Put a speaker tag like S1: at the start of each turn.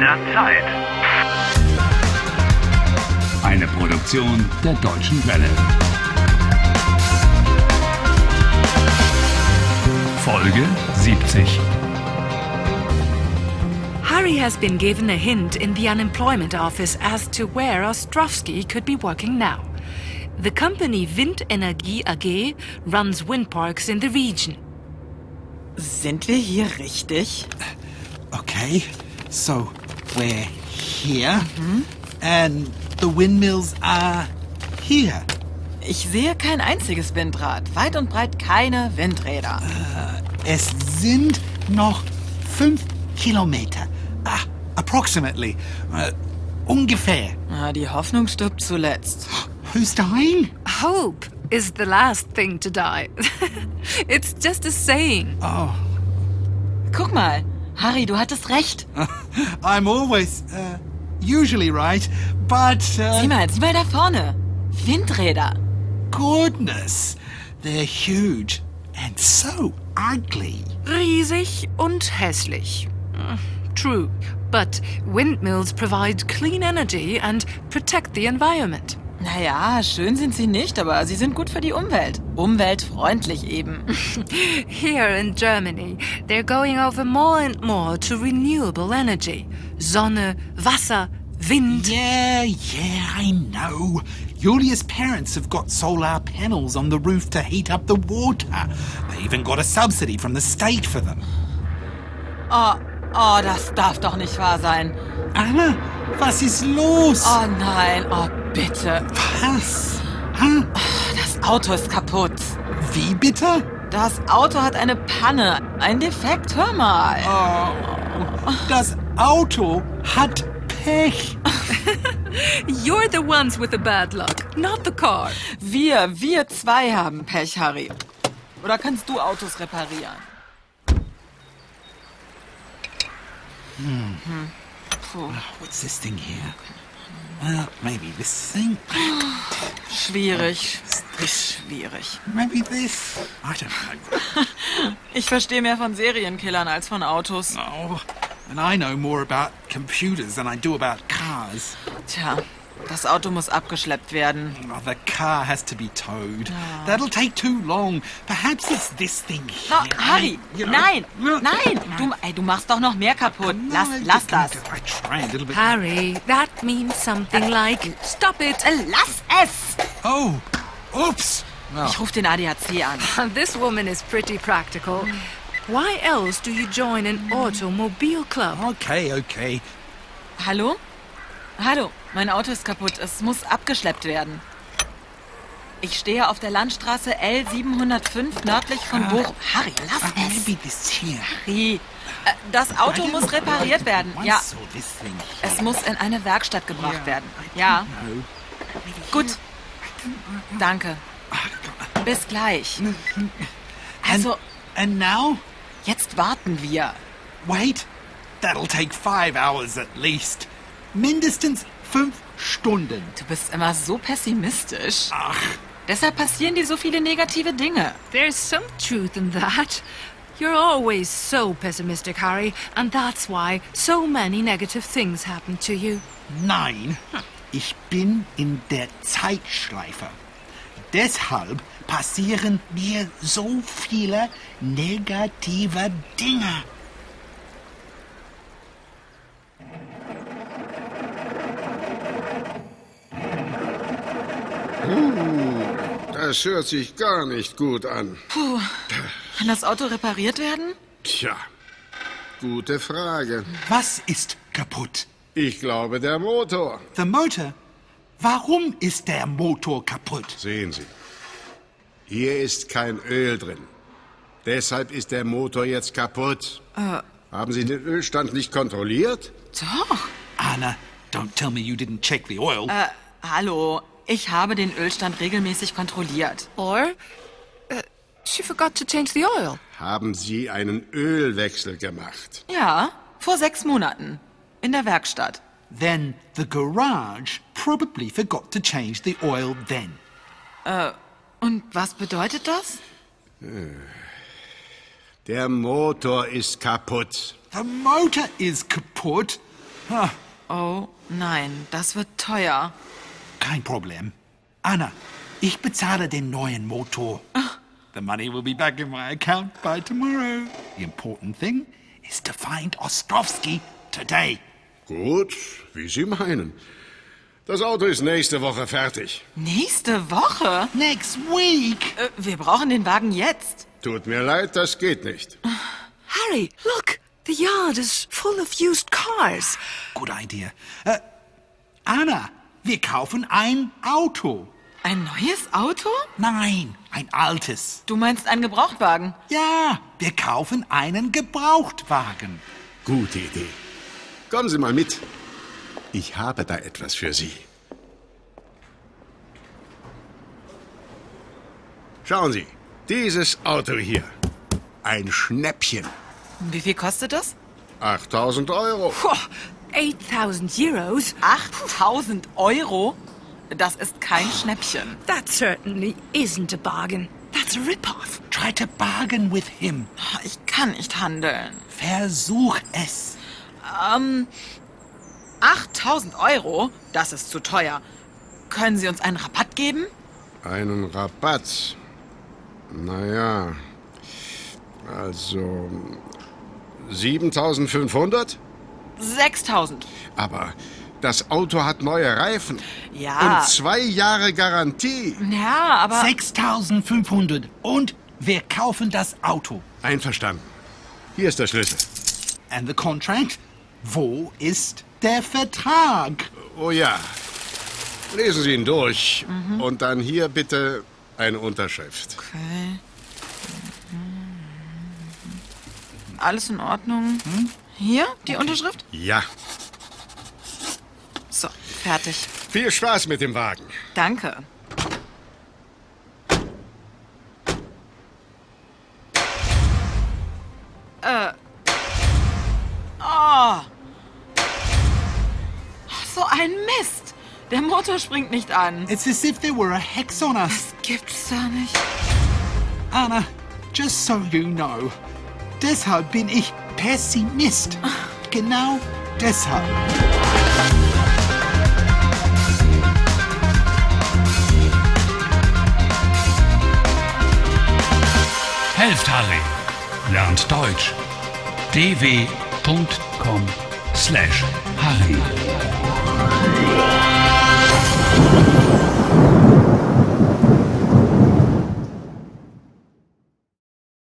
S1: der Zeit.
S2: Eine Produktion der Deutschen Welle. Folge 70.
S3: Harry has been given a hint in the unemployment office as to where Ostrovsky could be working now. The company Wind Energie AG runs wind parks in the region.
S4: Sind wir hier richtig?
S5: Okay, so we're here, and the windmills are here.
S4: Ich sehe kein einziges Windrad. Weit und breit keine Windräder.
S5: Es sind noch fünf Kilometer. Ah, approximately. Äh, ungefähr.
S4: Ah, Die Hoffnung stirbt zuletzt.
S5: Who's dying?
S3: Hope is the last thing to die. it's just a saying.
S4: Guck mal, Harry, du hattest recht.
S5: I'm always, uh, usually right, but uh,
S4: Sieh mal, sieh mal da vorne. Windräder.
S5: goodness, they're huge and so ugly.
S3: Riesig und hässlich. Mm, True, but windmills provide clean energy and protect the environment.
S4: Naja, schön sind sie nicht, aber sie sind gut für die Umwelt. Umweltfreundlich eben.
S3: Here in Germany, they're going over more and more to renewable energy. Sonne, Wasser, Wind.
S5: Yeah, yeah, I know. Julia's parents have got solar panels on the roof to heat up the water. They even got a subsidy from the state for them.
S4: Oh, oh, das darf doch nicht wahr sein.
S5: Anna, was ist los?
S4: Oh nein, oh bitte. Oh,
S5: Was? Huh?
S4: Das Auto ist kaputt.
S5: Wie bitte?
S4: Das Auto hat eine Panne. Ein Defekt, hör mal.
S5: Das Auto hat Pech.
S3: You're the ones with the bad luck, not the car.
S4: Wir, wir zwei haben Pech, Harry. Oder kannst du Autos reparieren?
S5: Oh, What's this thing here? Uh, maybe this thing.
S4: Schwierig, schwierig.
S5: Maybe this. I don't know.
S4: Ich verstehe mehr von Serienkillern als von Autos.
S5: Oh, and I know more about computers than I do about cars.
S4: Tja, das Auto muss abgeschleppt werden.
S5: Oh, the car has to be towed. That'll take too long. Perhaps it's this thing here.
S4: Na, Harry,
S5: You know?
S4: nein, nein, du, ey, du machst doch noch mehr kaputt.
S5: No,
S4: Lass,
S5: I
S4: lass
S5: can
S4: das.
S5: do- I try a little bit.
S3: Harry, that means something like stop it.
S4: Äh, Lass es!
S5: Oh, oops.
S4: Ich rufe den ADAC an.
S3: This woman is pretty practical. Why else do you join an automobile club?
S5: Oh, Okay, okay.
S4: Hallo? Hallo, mein Auto ist kaputt. Es muss abgeschleppt werden. Ich stehe auf der Landstraße L705 nördlich von Bochum. Harry, lass
S5: Uh,
S4: es.
S5: maybe this here.
S4: Harry, äh, das Auto
S5: I
S4: muss
S5: didn't-
S4: repariert
S5: I
S4: werden.
S5: once
S4: Ja,
S5: saw this thing here.
S4: es muss in eine Werkstatt gebracht
S5: Yeah,
S4: werden.
S5: I
S4: Ja,
S5: don't know.
S4: gut. Danke. Bis gleich.
S5: And,
S4: Also,
S5: and now?
S4: jetzt warten wir.
S5: Wait. That'll take five hours at least. Mindestens fünf Stunden.
S4: Du bist immer so pessimistisch.
S5: Ach.
S4: Deshalb passieren dir so viele negative Dinge.
S3: There's some truth in that. You're always so pessimistic, Harry, and that's why so many negative things happen to you.
S5: Nein, ich bin in der Zeitschleife. Deshalb passieren mir so viele negative Dinge.
S6: Das hört sich gar nicht gut an.
S4: Kann das Auto repariert werden?
S6: Tja, gute Frage.
S5: Was ist kaputt?
S6: Ich glaube, der Motor.
S5: Der Motor? Warum ist der Motor kaputt?
S6: Sehen Sie, hier ist kein Öl drin. Deshalb ist der Motor jetzt kaputt. Haben Sie den Ölstand nicht kontrolliert?
S4: Doch.
S5: Anna, don't tell me you didn't check the oil.
S4: Hallo, ich habe den Ölstand regelmäßig kontrolliert.
S3: Or uh, she forgot to change the oil.
S6: Haben Sie einen Ölwechsel gemacht?
S4: Ja, vor sechs Monaten. In der Werkstatt.
S5: then the garage probably forgot to change the oil then.
S4: Und was bedeutet das?
S6: Der Motor ist kaputt.
S5: The motor is kaputt.
S4: Oh nein, das wird teuer.
S5: Kein Problem. Anna, ich bezahle den neuen Motor. The money will be back in my account by tomorrow. The important thing is to find Ostrovsky today.
S6: Gut, wie Sie meinen. Das Auto ist nächste Woche fertig.
S4: Nächste Woche?
S5: Next week!
S4: Äh, wir brauchen den Wagen jetzt.
S6: Tut mir leid, das geht nicht.
S3: Harry, look! The yard is full of used cars.
S5: Good idea. Äh, Anna, wir kaufen ein Auto.
S4: Ein neues Auto?
S5: Nein, ein altes.
S4: Du meinst einen Gebrauchtwagen?
S5: Ja, wir kaufen einen Gebrauchtwagen.
S6: Gute Idee. Kommen Sie mal mit. Ich habe da etwas für Sie. Schauen Sie, dieses Auto hier. Ein Schnäppchen.
S4: Wie viel kostet das?
S6: 8000 Euro.
S3: 8,000 Oh, euros?
S4: 8000 Euro? Das ist kein Schnäppchen.
S3: That certainly isn't a bargain. That's a ripoff.
S5: Try to bargain with him.
S4: Ich kann nicht handeln.
S5: Versuch es.
S4: 8000 Ähm, Euro? Das ist zu teuer. Können Sie uns einen Rabatt geben?
S6: Einen Rabatt. Naja. Also. 7500?
S4: 6000.
S6: Aber das Auto hat neue Reifen.
S4: Ja.
S6: Und zwei Jahre Garantie.
S4: Ja, aber
S5: 6500 und wir kaufen das Auto.
S6: Einverstanden. Hier ist der Schlüssel.
S5: And the contract? Wo ist der Vertrag?
S6: Oh ja. Lesen Sie ihn durch. Und dann hier bitte eine Unterschrift.
S4: Okay. Alles in Ordnung. Hier, die Unterschrift?
S6: Ja.
S4: So, fertig.
S6: Viel Spaß mit dem Wagen.
S4: Danke. Äh. Oh. So ein Mist. Der Motor springt nicht an.
S5: It's as if there were a hex on us.
S4: Das gibt's da nicht.
S5: Anna, just so you know. Deshalb bin ich Pessimist. Genau deshalb.
S2: Helft Harry. Lernt Deutsch. dw.com/harry.